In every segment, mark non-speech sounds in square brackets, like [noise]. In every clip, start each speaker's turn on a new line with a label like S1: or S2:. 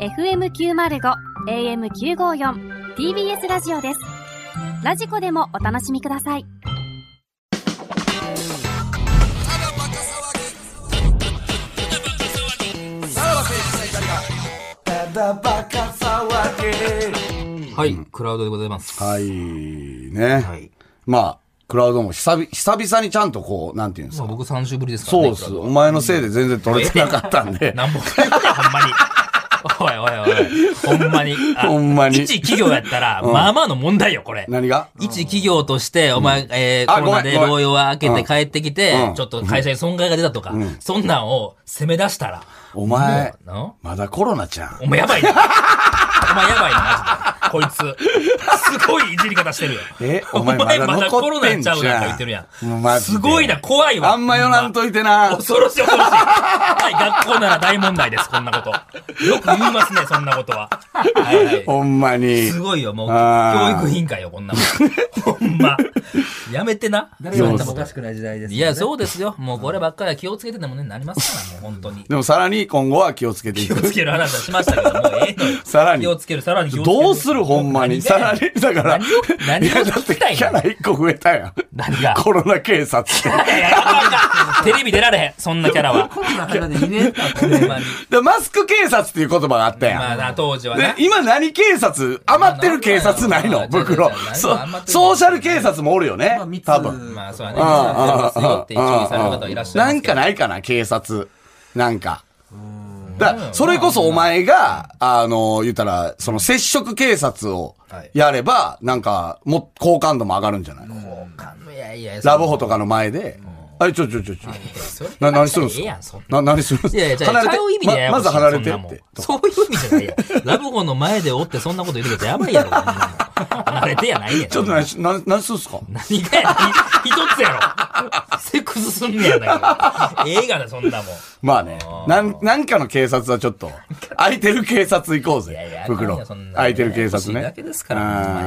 S1: FM905 AM954 TBS ラジオですラジコでもお楽しみください
S2: はい、クラウドでございます。
S3: はい、ね。
S2: い
S3: まあ、クラウドも久々久々にちゃんとこう、なんていうんです
S2: まあ
S3: か。
S2: 僕3週ぶりですか
S3: そ
S2: ら
S3: う
S2: ね。
S3: っす。
S2: クラウ
S3: お前のせいで全然取れてなかった
S2: [laughs]
S3: んで
S2: ド。なんぼか言ってほんまに。おいおいおい。ほんまに。あ
S3: ほんまに
S2: 一企業やったら、まあまあの問題よ、これ。
S3: 何が
S2: 一企業として、お前、えー
S3: あ
S2: コロナ
S3: ご
S2: で
S3: めんごめん
S2: 療養は明けて帰ってきて、
S3: うん
S2: ちょっと会社に損害が出たとか、そんなんを責め出したら、
S3: お前、
S2: な
S3: まだコロナちゃん。
S2: お前やばいな。お前やばいな、マジで。こいつ。すごいいじり方してるよ。
S3: え
S2: お
S3: お
S2: 前
S3: 前
S2: ま
S3: ま
S2: だ
S3: だ
S2: コロ
S3: 残っ
S2: ナ
S3: て
S2: に
S3: ん
S2: ち
S3: じ
S2: ゃ
S3: ゃ
S2: うんやんか言ってるや
S3: マ
S2: ん。
S3: ジです
S2: ごいな、怖いわ。
S3: あんま寄らんといてな。
S2: [laughs] 恐ろしい恐ろしい。はい、学校なら大問題です、こんなこと。よく言いますね、そんなことは。はいはい。
S3: ほんまに。
S2: すごいよ、もう、教
S3: あー
S2: 育委員会よ、こんなもん。ほんま。やめてな。
S4: 誰がやってもおかしくない時代です
S2: い
S4: よ
S2: や、そうですよ。もうこればっかりは気をつけてでもね、なりますから、もう本当に。
S3: でもさらに今後は気をつけてい
S2: 気を
S3: く。
S2: つける話はしましたけど、もうええのよ
S3: さらに
S2: 気をつける、さらに気をつける。
S3: どうするほんまに。さらに、だから。
S2: 何を何を
S3: いやだって
S2: 聞きたいの
S3: キャラ一個増えたやん。
S2: 何が
S3: コロナ警察
S2: [laughs]
S3: って。
S2: いやいやいやあかんあかんテレビ出られへん、そんなキャラ
S3: [laughs]
S2: は。
S4: コロナからで2年経って
S2: ほんまに。
S3: でマスク警察っていう言葉があったやん。
S2: まあな、当時は
S3: で
S2: な、。
S3: 今何警察余ってる警察ない
S2: まあ
S3: の
S2: まあ
S3: 袋
S2: まあまあ。
S3: そう
S2: まあまあ
S3: ソーシャル警察もおるよね
S4: まあ、。密
S3: 多分。
S2: まあ、そうやね。
S3: あ
S2: ますよって注意される方はいらっしゃいますけど。
S3: なんかないかな、警察。なんか。だからそれこそお前が、あの、言ったら、その接触警察を
S2: はい
S3: やれば、なんか、も、好感度も上がるんじゃない
S2: いやいや、
S3: ラブホとかの前で、あれ、ちょちょちょちょ。
S2: それ
S3: な、何するんす
S2: ええや
S3: か
S2: んそんな
S3: な、何するんすか
S2: いやいや、じゃあ、
S3: 離れ
S2: ち
S3: て
S2: ゃう意味でやや
S3: ま
S2: こし
S3: ま
S2: い
S3: ず離れて
S2: そんなも
S3: っ
S2: ん
S3: て。
S2: そういう意味じゃないやん。ラブホの前でおってそんなこと言うてくれたらやばいやろ。そんなもん離れてやないねん。
S3: ちょっと何し、何、何するんすか
S2: 何がやねん。一つやろ。セックスすんねやないか。映画だ、そんなもん。
S3: まあね。なん、なんかの警察はちょ
S2: [laughs]
S3: っと、空いてる警察行こう
S2: いやい
S3: ぜ
S2: や。
S3: [laughs] 袋
S2: あかんよそん。な
S3: 空いてる警察
S2: 欲しい
S3: ね。
S2: だけですからほんまにね
S3: あ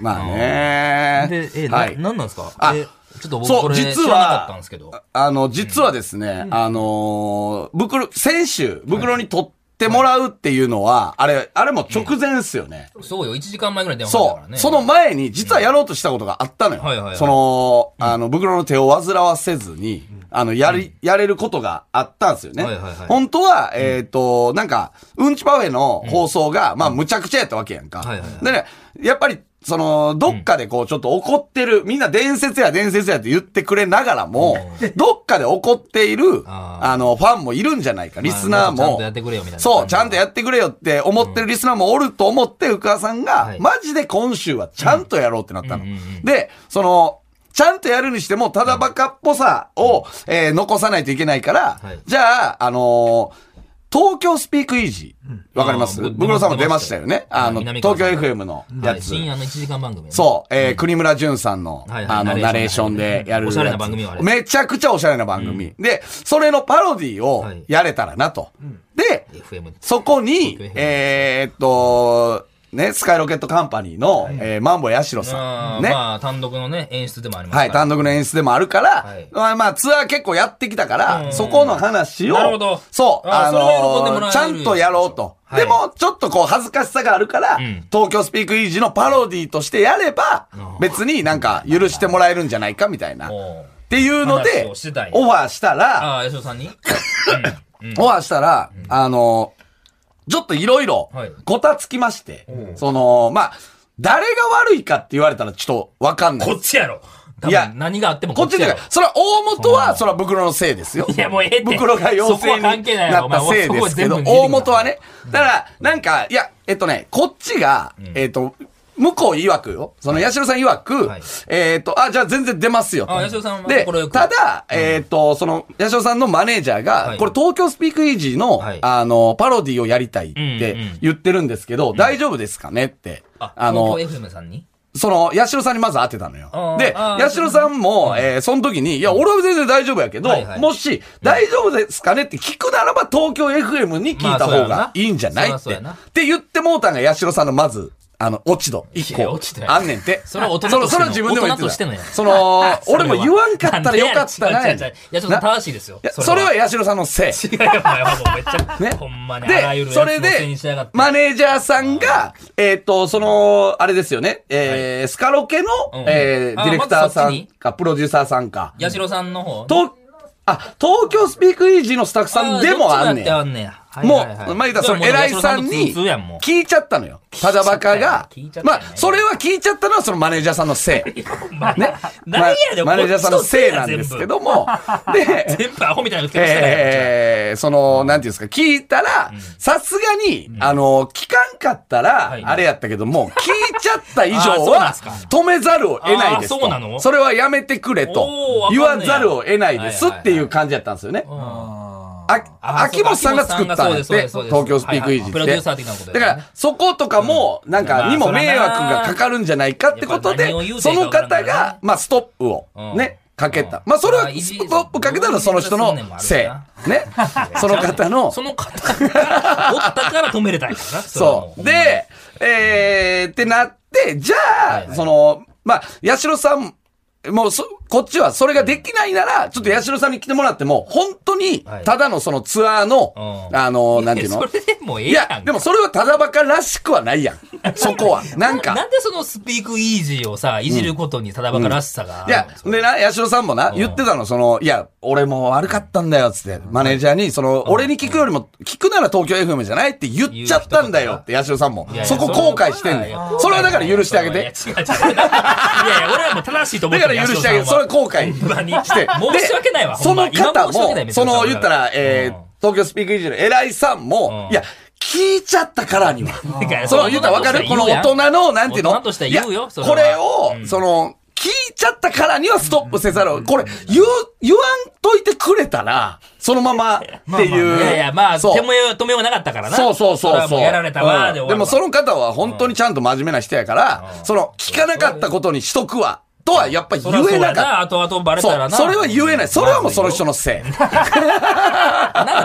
S3: ーまあね。
S2: で、え、
S3: は、
S2: ないなんなんですか
S3: あ
S2: えちょっと僕
S3: そう
S2: これ
S3: 実は
S2: 知らなかったんですけど。
S3: あの、実はですね、あのー、袋、先週、袋に取ってもらうっていうのは、あれ、あれも直前っすよね。
S2: そうよ、1時間前ぐらいに電話した
S3: そ
S2: から
S3: う。
S2: ね。
S3: その前に、実はやろうとしたことがあったのよ。
S2: はいはいはい
S3: その、あの、袋の手を煩わせずに、あの、やり、やれることがあったんですよね。
S2: はいはいはい
S3: 本当は、えっ、と、なんか、うんちパフェの放送が、まあ、むちゃくちゃやったわけやんか。
S2: はいはいはい
S3: でね、やっぱり、その、どっかでこう、ちょっと怒ってる、みんな伝説や伝説やって言ってくれながらも、どっかで怒っている、
S2: あ
S3: あ
S2: ー
S3: の、ファンもいるんじゃないか、リスナーも。
S2: まあちゃんとやってくれよみたいな
S3: そう、ちゃんとやってくれよって思ってるリスナーもおると思って、うかわさんが、
S2: はい
S3: マジで今週はちゃんとやろうってなったの。
S2: うんうんうんうん
S3: で、その、ちゃんとやるにしても、ただバカっぽさを、えー残さないといけないから、
S2: はい
S3: じゃあ、あのー東京スピークイージー。わかります
S2: あー僕
S3: ブクロさんも出ましたよね。
S2: はい
S3: あの、
S2: 南
S3: 東
S2: 川
S3: 京
S2: さん
S3: FM のや
S2: はい
S3: つ。
S2: 深夜の1時間番組ね。
S3: そう、えー、国村淳さんの、
S2: はいはい
S3: あの、ナレーションでやるやつ。
S2: おしゃれな番組よあれ
S3: めちゃくちゃおしゃれな番組。で、それのパロディを
S2: はい
S3: やれたらなと。で、
S2: FM。
S3: そこに
S2: FM、
S3: えーっと、ね、スカイロケットカンパニーの、えー、マンボヤシロさ
S2: あ
S3: ん。
S2: ー
S3: ね。
S2: まあ、単独のね、演出でもありますか
S3: は
S2: ら。
S3: い、単独の演出でもあるから、
S2: はい
S3: まあまあツアー結構やってきたから、
S2: うん
S3: そこの話を、
S2: なるほど
S3: そう、
S2: あー
S3: あの
S2: それは喜んでもらえる
S3: ちゃんとやろうと。
S2: はい
S3: でも、ちょっとこう恥ずかしさがあるから、
S2: ん
S3: 東京スピークイージーのパロディーとしてやれば、別になんか許してもらえるんじゃないかみたいな。っ
S2: おう
S3: ていうの
S2: 話
S3: で
S2: をしてたんや、
S3: オファーしたら、
S2: ああ、吉野
S3: [laughs]
S2: さんに
S3: オファーしたら、あのちょっといろいろ
S2: はい、
S3: ごたつきまして、その、まあ、誰が悪いかって言われたらちょっとわかんない
S2: こ。っちやろ。多
S3: いや
S2: 分何があっても
S3: こっ
S2: こっ
S3: ち
S2: ち
S3: でか
S2: やろ
S3: い。。それは大元は、それは袋のせいですよ。
S2: いやもうええって
S3: 袋が陽性に
S2: そこは関係ない
S3: な
S2: やろ
S3: ったせいですけど、
S2: お前もうそこは全部に入れてくる
S3: 大元はね。だから、なんか、いや、えっとね、こっちが、えっと、向こう曰くよ。その、八代さん曰く
S2: はい、
S3: えっと、あ、じゃあ全然出ますよと。
S2: あ八代さんは
S3: で
S2: 快、く
S3: ただ、えっと、その、八代さんのマネージャー
S2: は
S3: が
S2: い、
S3: これ東京スピークイージーの
S2: はい、
S3: あの、パロディをやりたいっ
S2: う
S3: て
S2: んうん
S3: 言ってるんですけど、大丈夫ですかねって。
S2: あ、
S3: あ
S2: あ
S3: の
S2: の、、東京 FM さんに
S3: その、八代さんにまず当てたのよ
S2: あー。
S3: で、
S2: あー
S3: 八代さんも、えーその時に、いや、俺は全然大丈夫やけど、
S2: はいはい
S3: もし、大丈夫ですかねって聞くならば、東京 FM に聞いた
S2: まあそうや
S3: 方
S2: ろな
S3: がいいんじゃない
S2: そら
S3: っ
S2: そ
S3: て。
S2: うやな
S3: って言ってもうたんが八代さんのまず、あの、落ち度。一
S2: いや
S3: 個
S2: 落ち度。や
S3: あんねんて。
S2: それは大人としての
S3: それは自分でも言って
S2: 大人としてのや、
S3: た。その
S2: [laughs] それ
S3: 俺
S2: は
S3: も言わんかったらよかったな。
S2: 違う違う違ういや、ちょっと
S3: な
S2: 正しいですよ
S3: いや。それは八代さんのせい。
S2: 違うよ、お前はもうめっちゃ、
S3: ね
S2: ほんまにあらゆ
S3: で、
S2: る
S3: それ
S2: やつのせい
S3: で
S2: にしやがっ、て
S3: マネージャーさんが、えっと、その、あれですよね、えースカロケの
S2: うん、
S3: えー
S2: あ
S3: ディレクターさ
S2: まずそっ
S3: ん
S2: ちに
S3: か、プロデューサーさんか、
S2: 八代さんの方。
S3: と、あ、東京スピークイージーのスタッフさんでもあんねん。
S2: どっちもやってあんねや。はい
S3: も
S2: はいは
S3: う、まあ言ったらその偉いさんに
S2: だからもう八代さんの通通やんもう
S3: 聞いちゃったのよ。ただバカが
S2: 聞いちゃっ。たよ
S3: ま
S2: 聞いちゃった
S3: あ、
S2: よ
S3: それは聞いちゃったのはそのマネージャーさんのせい。
S2: [laughs] まあ
S3: ね。
S2: 何やねん
S3: まあマネージャーさんのせいなんですけども。
S2: [laughs]
S3: で、
S2: 全部アホみたいなのつけてたやん
S3: えー、その、なんていうんですか、聞いたら、さすがに、あの、聞かんかったら、
S2: はい
S3: あれやったけど
S2: [laughs]
S3: も、聞いちゃった以上
S2: あーそうなん
S3: は
S2: すか、
S3: 止めざるを得ないです
S2: あー
S3: と。
S2: そうなの
S3: れはやめてくれと
S2: おー、
S3: 言
S2: わか
S3: わ
S2: んねや
S3: ざるを得ないです
S2: はいはいはい
S3: っていう感じやったんですよね。
S4: あ
S3: あ
S2: あー
S3: 秋元さんが作ったんやっ
S2: そう
S3: て、
S2: ですそうですそう
S3: 東京
S2: です
S3: スピークイージ
S2: はいはいプロデューサ
S3: ー
S2: ー
S3: って
S2: 的なことで。
S3: だから、そことかも、なん
S2: まあ
S3: か、にも
S2: そらな
S3: 迷惑がかかるんじゃないかってこと
S2: やっ
S3: で
S2: ぱ何を言、うて
S3: そ
S2: いいか
S3: の
S2: わからんから
S3: 方
S2: ね
S3: が、まあ、ストップを
S2: う、ん
S3: ね、かけ
S2: うん
S3: た。まあ、それは、
S2: まあいじ
S3: ストップかけたらその人のせい。ね。
S2: [laughs]
S3: その方の、
S2: その方が、おったから止めれたんやからな。れはも
S3: [laughs] そう。、で、えー、ってなって、じゃあ、
S2: いはい
S3: その、まあ、八代さん、もうそ、こっちはそれができないなら、ちょっと八代さんに来てもらっても、本当に
S2: はい、
S3: ただのそのツアーの、
S2: うん
S3: あの、なんていうの
S2: それでもうえ
S3: い
S2: えやんか
S3: や、でもそれはただバカらしくはない
S2: [laughs]
S3: やん。そこは。なん
S2: な
S3: か。
S2: んでそのスピークイージーをさ、いじることにただバカらしさがあ
S3: い
S2: るの。
S3: や、でな、八代さんもな、言ってたの、その、いや、俺も悪かったんだよ、つって、マネージャーに、その、俺に聞くよりも、聞くなら東京 FM じゃないって言っちゃったんだよって、八代さんも
S2: いや。い
S3: そ
S2: や
S3: こ後悔してん
S2: い
S3: ね
S2: やい
S3: ん。
S2: や
S3: それはだから許してあげて。
S2: いや、違う違う。いやいや、俺はもう正しいと思
S3: だ
S2: って
S3: か
S2: る
S3: ら許してあげて、それは後悔
S2: ほんまに
S3: して。
S2: [laughs] 申し訳ないわ
S3: で
S2: ほ
S3: そ
S2: んま
S3: の方
S2: 今申し訳ない
S3: も、
S2: めち
S3: そ
S2: ゃくちゃ
S3: の、言ったら、え
S2: うん
S3: ー、東京スピークイジの偉いさんも、
S2: うん
S3: いや、聞いちゃったから
S2: [laughs]
S3: には。
S2: だから
S3: その、言ったらわかるこの大人の、なんていうの
S2: 大人としては言うよ
S3: いや
S2: それは
S3: これを、その、聞いちゃったからにはストップせざるを、これ、言う、言わんといてくれたら、そのままっていう。
S2: いやいや、まあ、
S3: そう
S2: 手もよ止めようなかったからな。
S3: そうそうそうそ
S2: れは
S3: う。
S2: もうやられたわ、で終わ
S3: う
S2: るわ
S3: んでもその方は本当にちゃんと真面目な人やから、
S2: うん
S3: その、聞かなかったことにしとくわ、とはやっぱ言
S2: そらそう
S3: え
S2: や
S3: なかった。
S2: な。後々バレ
S3: そ
S2: たら
S3: う、
S2: な。
S3: それは言えない。それはもうその人
S2: の。
S3: のせ
S2: なんか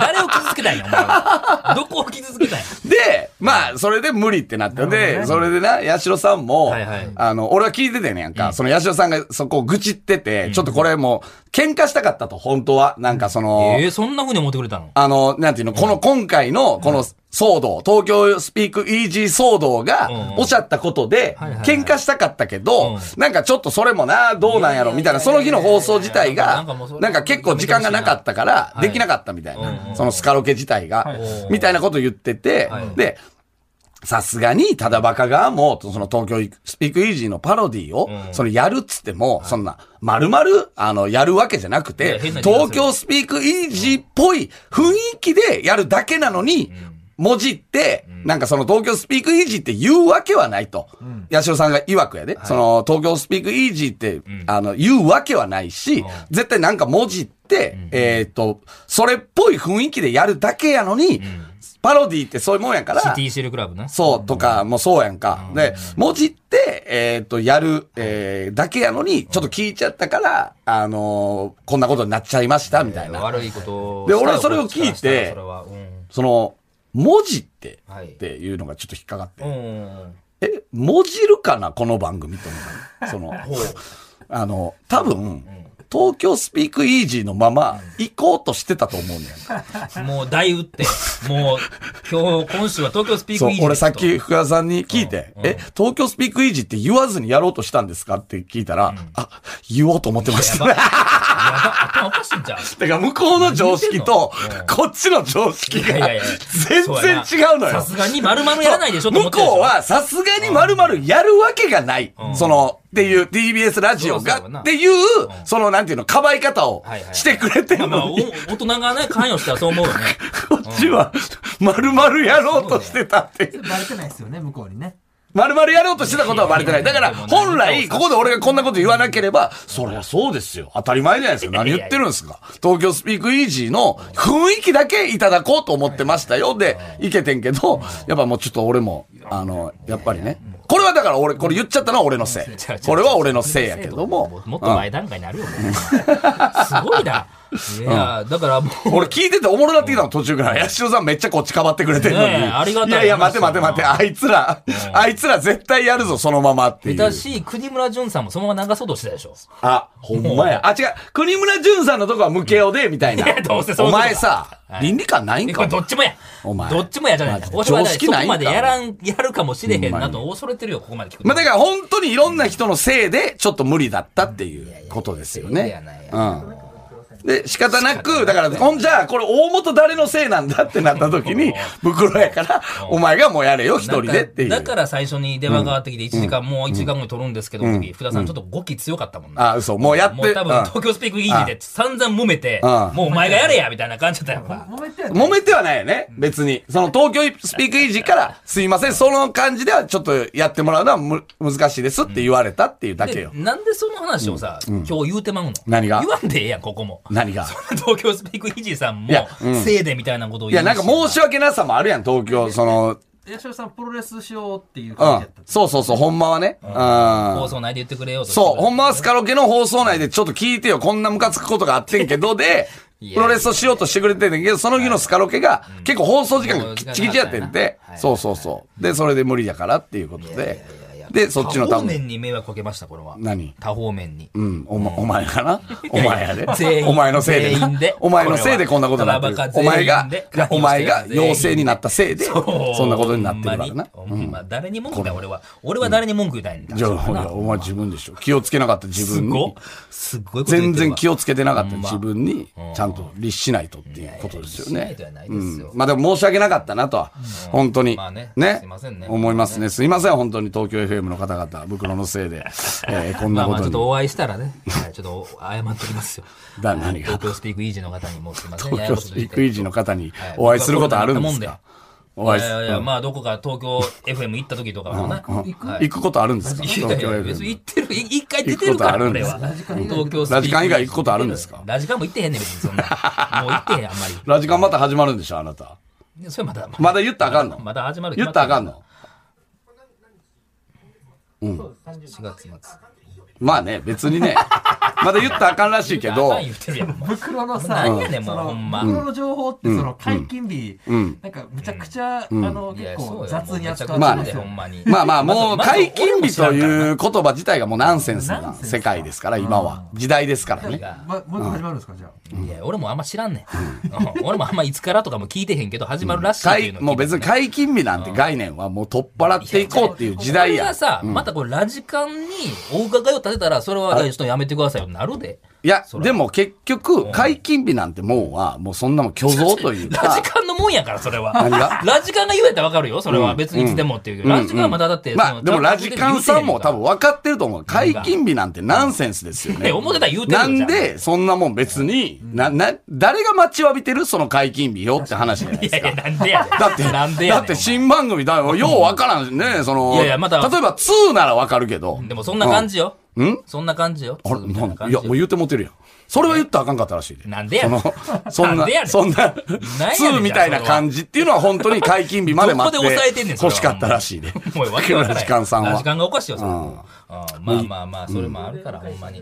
S2: 誰を傷つけたんや、お前は。 [laughs] どこを傷つけたんや。
S3: い。で、まあ、それで無理ってなって、で、それでな、八代さんも、
S2: はいはい
S3: あの、俺は聞いててねやんか、その八代さんがそこを愚痴ってて、ちょっとこれもう、喧嘩したかったと、本当は。なんかその、
S2: ええ、そんな風に思ってくれたの
S3: あの、なんていうの、この今回の、この騒動、東京スピークイージー騒動
S2: うん
S3: が、おっしゃったことで
S2: はいはいは、い
S3: 喧嘩したかったけ
S2: うん
S3: ど、なんかちょっとそれもな、どうなんやろ、みたいな、その日の放送自体
S2: なん
S3: が
S2: かもうそれ、
S3: なんか結構時間がなかったから
S2: は、い
S3: できなかったみたい
S2: うんう
S3: な、
S2: ん
S3: そのスカロケ自体が
S2: い、
S3: みたいなこと言ってて
S2: はい、
S3: で、さすがに、ただバカがもう、その東京スピークイージーのパロディを
S2: う、ん
S3: そのやるっつっても、そんな、丸々、あの、やるわけじゃなく
S2: い
S3: て
S2: や変な、気がする
S3: 東京スピークイージーっぽい雰囲気でやるだけなのに、文字って、なんかその東京スピークイージーって言うわけはないと。八代さんが曰くやで、その東京スピークイージーって、あの、言うわけはないし、絶対なんか文字って、えっ、と、それっぽい雰囲気でやるだけやのに、パロディってそういうもんやから、
S2: シティシェルクラブな。
S3: そうとかもそうやんか。で、文字って、えっ、と、やる、えー、だけやのに、ちょっと聞いちゃったから、あのーこんなことになっちゃいました、みたいな。
S2: 悪いことを
S3: で
S2: したよ
S3: 俺それを聞いて
S2: こっちからしたらそれはうん
S3: その、文字って、
S2: はい
S3: っていうのがちょっと引っかかって。
S2: うん。
S3: え、文字るかなこの番組と思ったのその、あの、多分、東京スピークイージーのまま行こうとしてたと思うねん。
S2: もう大打って、もう、今日、今週は東京スピー
S3: そう
S2: クイージ、ー
S3: 俺
S2: です
S3: さ
S2: と
S3: っき福田さんに聞いて、え、東京スピークイージーって言わずにやろうとしたんですかって聞いたら、あ、言おうと思ってました。
S2: やば
S3: だ
S2: い頭おかしいんじゃん。
S3: から向こうの常識と
S2: 言ってんのうん、
S3: こっちの常識
S2: いや
S3: が
S2: いやいや
S3: 全
S2: そうや
S3: 然
S2: な
S3: 違うのよ
S2: さ。すがに丸々やらないでしょと
S3: 向
S2: 思ってるでしょ
S3: こうはさすがに丸々やるわけがない。
S2: ん
S3: その、っていう TBS ラジオ
S2: そうそうや
S3: が、
S2: な
S3: っていう、そのなんていうの、かばい方を
S2: はいはい
S3: してくれて
S2: まあ
S3: る
S2: まあ、
S3: の
S2: お
S3: に、
S2: 大人がね、関与したらそう思うよね。
S3: こっちは [laughs] 丸々やろうとしてたっていう。
S4: ーバレてないですよね、向こうにね。
S3: 丸々やろうとしてたことはバレてない。だから、本来、ここで俺がこんなこと言わなければ、そりゃそうですよ。当たり前じゃないですか。何言ってるんですか。東京スピークイージーの雰囲気だけいただこうと思ってましたよ。で、いけてんけど、やっぱもうちょっと俺も、あの、やっぱりね。これはだから俺、これ言っちゃったのは俺の [laughs] せい。これは俺のせいやけども。
S2: もっと前段階になるよ、もうすごいな。いや、だからもう、
S3: 俺聞いてておもろなってきたの途中から。八代さんめっちゃこっちかばってくれてるのに。
S2: ねえありがたい
S3: いやいや、待て待て待て。あいつら、あいつら絶対やるぞ、そのままってい
S2: 下
S3: う
S2: 手。し、国村淳さんもそのまま流そうとしてたでしょ。
S3: あ、ほんまや。あ、違う。国村淳さんのとこは無形で、みたいな。
S2: いやどうせそう
S3: お
S2: いうことだ
S3: 前さ、倫理観ないん
S2: えこ
S3: か
S2: れどっちもや。
S3: お前
S2: どっちもやじゃない
S3: マジで
S2: 俺はだから
S3: 常識ないんか
S2: そこまでやらん、やるかもしれへんなと恐れてるよ、ここまで聞くと。
S3: まあ、だから本当にいろんな人のせいで、ちょっと無理だったっていうことですよ
S2: いやいや
S3: ね
S2: いや。
S3: うん。で、仕方なく、だから、ほんじゃあ、これ大元誰のせいなんだってなった時
S2: [laughs]
S3: に、袋やから、お前がもうやれよ、一人でっていう。
S2: だから最初に電話があってきて、1時間、もう1時間後に撮るんですけど、の時、福田さんちょっと語気強かったもんな。
S3: あ、嘘。もうやって。
S2: もう多分、
S3: うん
S2: 東京スピークイージーで散々揉めて、
S3: うん
S2: もうお前がやれやみたいな感じだったやんか。
S4: 揉めて
S3: [laughs]
S4: や
S3: 揉めてはないよね、別に。その東京スピークイージーから、すいません、その感じではちょっとやってもらうのはむ難しいですって言われたっていうだけ
S2: で
S3: よ。
S2: なんでその話をさ、今日言うてまうの
S3: 何が
S2: 言わんでええやん、ここも。
S3: 何が
S2: 東京スピークイージーさんも
S3: いや、
S2: せいでみたいなことを
S3: い
S2: 言う
S3: や、なんか申し訳なさもあるやん、東京、その、
S4: 八代さんプロレスしようっていう
S3: う
S4: 感じ
S3: ん
S4: やった。
S3: そうそうそう、ほんまはね。うん
S2: 放。送内で言ってくれよと。
S3: そう、ほんまはスカロケの放送内でちょっと聞いてよ、こんなムカつくことがあってんけど、で、
S2: いや
S3: プロレスをしようとしてくれてんねんけど、その日のスカロケが、結構放送時間がギチギチやってんて
S2: は、い
S3: そうそうそう。で、それで無理やからっていうことで、で、そっちの
S2: 多
S3: 多
S2: 方
S3: 分、
S2: 面に迷惑かけました、これは。
S3: 何
S2: 多方面に。
S3: うん、おまお前かなお
S2: [laughs] やいや
S3: 前やで
S2: 全。員
S3: お前のせいでな
S2: 全員で
S3: お前のせいでこんなことになって
S2: トラバ
S3: る。
S2: カ
S3: お前が
S2: 全員で、
S3: いやお前が
S2: 全員で
S3: 陽性になったせいで、
S2: そう
S3: そんなことになってるからな。
S2: ほんまにほんま誰に文句だ、俺は。俺は誰に文句言いたいんだ。
S3: じゃあ、ほら、お前自分でしょ。気をつけなかった自
S2: す
S3: 分
S2: ご
S3: に
S2: い。。すごいこと言
S3: 全
S2: ってる
S3: 然
S2: わ
S3: 気をつけてなかった
S2: ほんま
S3: 自分に、ちゃんと律しないとっていうことですよ
S2: い
S3: ね
S2: やいや律しないとはな。いうです
S3: ん
S2: よ
S3: まあでも申し訳なかったなとは、本当に。
S2: まあねすいませんね
S3: 思いますね。すいません、本当に東京 FM の方々、袋のせい
S2: [laughs]
S3: で、えーこん
S2: ま
S3: な
S2: あ
S3: こ
S2: まあ、ち
S3: と
S2: ょっと
S3: に。
S2: お会いしたらね、はいちょっと謝ってきますよ。
S3: だ何が
S2: 東京スピークイージーの方にもすいません。
S3: 東京スピークイージーの方に
S2: はい
S3: お会いすることあるんですかお会い
S2: や
S3: す
S2: やこんなもんでいやいやいや、
S3: る。
S2: まあ、どこか東京 FM 行った時とかもな。
S3: うん
S2: はい
S3: 行くことあるんですか
S2: い
S3: 東
S2: やい
S3: 京
S2: や別
S3: FM
S2: に行。ってる、い一回出てるか
S3: 行くこ
S2: ら、
S3: とあるん
S2: 俺
S3: です
S2: は。東京スピークイージー
S3: ラジカン以外行くことあるんですか
S2: ラジカンも行ってへんねん、別
S3: [laughs]
S2: にそんな。もう行ってへん、あんまり。
S3: ラジカンまた始まるんでしょ、あなた。
S2: いやそれまだ、
S3: まだ言ったらあかんの
S2: まだ始まる。
S3: 言ったらあかんの
S2: ?4 月末。
S3: まあね、別にね。まだ言ったらあかんらしいけ
S2: あ
S3: ど
S2: かん、言ってるやん、お前
S4: 袋のさ、
S2: 何やねん
S4: そ
S2: もうほ
S4: の
S2: んま
S4: 袋の情報ってその解禁日、
S3: ん
S4: なんかむちゃくちゃ、あの
S2: いや
S4: 結
S2: そう
S4: 構
S2: よ
S4: 雑に扱
S2: もう
S3: まあ
S4: って
S3: ね
S4: る
S2: めちゃくちゃだよ
S4: んですよ
S2: ほんまに。
S3: まあまあ、もう
S2: まず
S3: 解禁日と
S2: 俺
S3: い
S2: も
S3: う言葉自体がもうナンセンスな世界ですから、今は。時代ですから
S2: 知
S3: ね。
S2: らんか
S4: まもう一個始まるんですかじゃあ。
S2: らいや、俺もあんま知らんねん。うん俺もあんまいつからとかも聞いてへんけど、始まるらしいってい
S3: 解
S2: うのを聞いて
S3: もう別に解禁日なんて概念はもう取っ払っていこうっていう時代
S2: これ
S3: や
S2: が。さ、またこれラジカンにお伺いを立てたら、それはちょっとやめてくださいよ。なるで。
S3: いや、
S2: ら
S3: でも結局、解禁日なんてもんは、もうそんなもん虚像と
S2: [laughs]
S3: いう
S2: ラ
S3: か
S2: ジ。カンのもんやから、それは。
S3: 何が
S2: ラジカンが言えたらわかるよ、それは。別にいつでもっていうけど。ラジカンはまだだって。そ
S3: まあ、
S2: の
S3: でもラジカンさんも多。
S2: ちゃ
S3: 分
S2: と
S3: 分かってると思う。解禁日なんてナンセンスですよ
S2: 言うてへんねんから
S3: ね。
S2: ね思ってたら言うて
S3: な
S2: るよじゃ
S3: ん
S2: あ
S3: で、そんなもん別に、な、な、誰が待ちわびてるその解禁日よって話じゃないで
S2: い
S3: す
S2: やい
S3: か
S2: や、。なんでやねん。
S3: だって、
S2: なんでやねん
S3: だって新番組だよ。ようわからんね、その、
S2: いやいやまだ
S3: 例えば2ならわかるけど。
S2: でもそんな感じよ。
S3: うん
S2: そんな感じよ。
S3: あれ、
S2: みたいな
S3: なん
S2: 感
S3: い
S2: じ
S3: や、
S2: よ
S3: もう言うてもうてるやん。それは言ったらあかんかったらしいで。
S2: なんでやねん [laughs]
S3: その、そん
S2: な
S3: な、
S2: んでやねん
S3: そんな、
S2: なんやねん
S3: 2みたいな感じっていうのは本当に解禁日まで待
S2: どこで抑えてん
S3: っ
S2: ね
S3: て
S2: んそれ
S3: 欲
S2: は
S3: しかったらしいで。
S2: もうわけわからない
S3: 時間さん
S2: 時間
S3: は。
S2: がおかしいよ、それはもう。ああまあまあまあ、それもあるから、ほんまに。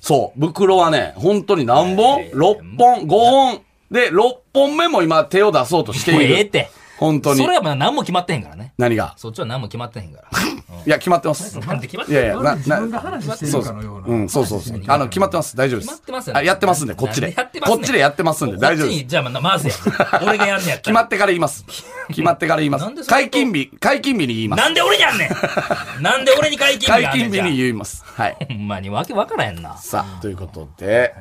S3: そう、袋はね、本当に何
S2: い
S3: 本
S2: やいやいや
S3: ?6 本、5本。で、6本目も今手を出そうとして
S2: もう
S3: い
S2: ええっ
S3: る。
S2: て。
S3: 本当に
S2: それ。はまあ何も決まってへんからね。
S3: 何が
S2: そっちは何も決まってへんから。
S3: いや、決まってます。
S2: なんで決まっ
S3: い
S2: て
S3: やい
S2: ん
S3: や、
S2: の
S4: ま
S3: な、
S4: るで自分が
S3: な、
S4: 話してるかのような。
S3: うん、そうそうそう。あの、決まってます。大丈夫です。
S2: 決まってますよね
S3: あやってますんで、こっちで。
S2: やってますね
S3: こっちでやってますんで、大丈夫
S2: こっち
S3: です。
S2: にじゃあまあ回せや。俺がやんねやった
S3: 決ま
S2: ら。
S3: ってから言います。決まってから言いま。
S2: なんですそんな
S3: 解
S2: こと
S3: 禁日、解禁日に言います。
S2: なんで俺にやんねんなんで俺に解禁日
S3: 解
S2: やんね
S3: 禁
S2: んじ
S3: 日
S2: ゃあ
S3: に言います。はい。
S2: ほんまにわけわからへんな。
S3: さあ、ということで、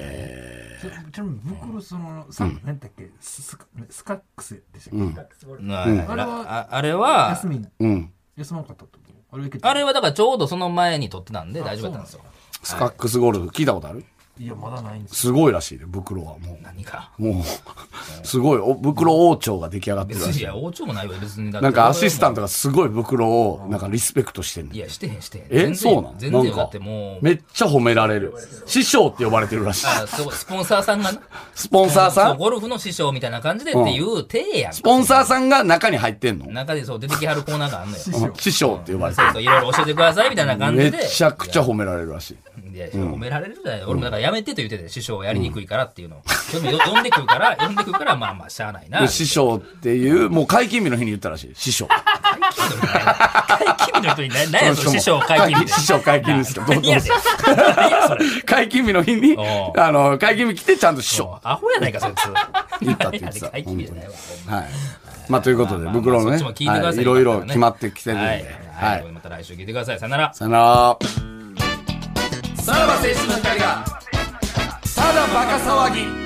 S3: え
S4: ちなちなみに袋そのさ、何だっけススカスカックスでしたっけ、
S2: な
S4: あれは
S2: ああれは
S4: 休、み
S3: ーうん。
S4: 休まなかったってことあれはいけた
S2: あれはだからちょうどその前に撮ってたんで大丈夫だったんですよ。
S3: スカックスゴルフ聞いたことある
S4: いやまだないんです
S3: すごいらしいね、袋はも
S2: 何か。
S3: う。もう、すごい、お袋王朝が出来上がってる
S2: 別
S3: らし
S2: に、い
S3: い。
S2: や、王朝もないわ、別に。だって
S3: なんかアシスタン
S2: 俺
S3: トがすごい袋を、なんかリスペクトしてん
S2: もい
S3: ねん
S2: や、してへん、してへん。全
S3: え、
S2: 然
S3: そうなの
S2: 全
S3: な
S2: 然
S3: ん
S2: よだ
S3: か
S2: っても、う、
S3: めっちゃ褒められる。師匠って呼ばれてるらしい。
S2: あそうスポンサーさんがな。
S3: スポンサーさ
S2: そうんゴルフの師匠みたいな感じでっていう体やん。
S3: スポンサーさんが中に入ってんの
S2: 中でそう出てきはるコーナーがあんのよ。
S3: うん師匠って呼ばれて
S2: そうそう、いろいろ教えてくださいみたいな感じ
S3: る。
S2: で。
S3: めちゃくちゃ褒められるらしい。
S2: いや、いや褒められるじゃない。俺もだからやめてと言ってて、師匠はやりにくいからっていうのを。でもよ呼んでくるから、呼んでくるから、まあまあ、しゃあないな。
S3: 師匠っていう、もう解禁日の日に言ったらしい。師匠。
S2: 会期日の人にな、何やその師匠会期日で。
S3: 師匠解禁ですかどうぞ
S2: 何やねん何やそれ。
S3: 解禁日の日に、
S2: おう
S3: あの、解禁日来てちゃんと師匠。
S2: アホやないか、そいつ。
S3: 言ったって言ってた
S2: 会期日じゃないわ。
S3: はい。まあ、ということで、
S2: まあまあ
S3: 袋のね、
S2: そっちも聞いてください
S3: はい
S2: ね
S3: いろいろ決まってきてるんで。
S2: はい。
S3: は
S2: はい
S3: い。
S2: また来週聞いてください。さよなら。
S3: さよなら。
S2: さらば青春の
S3: ただバカ騒ぎ。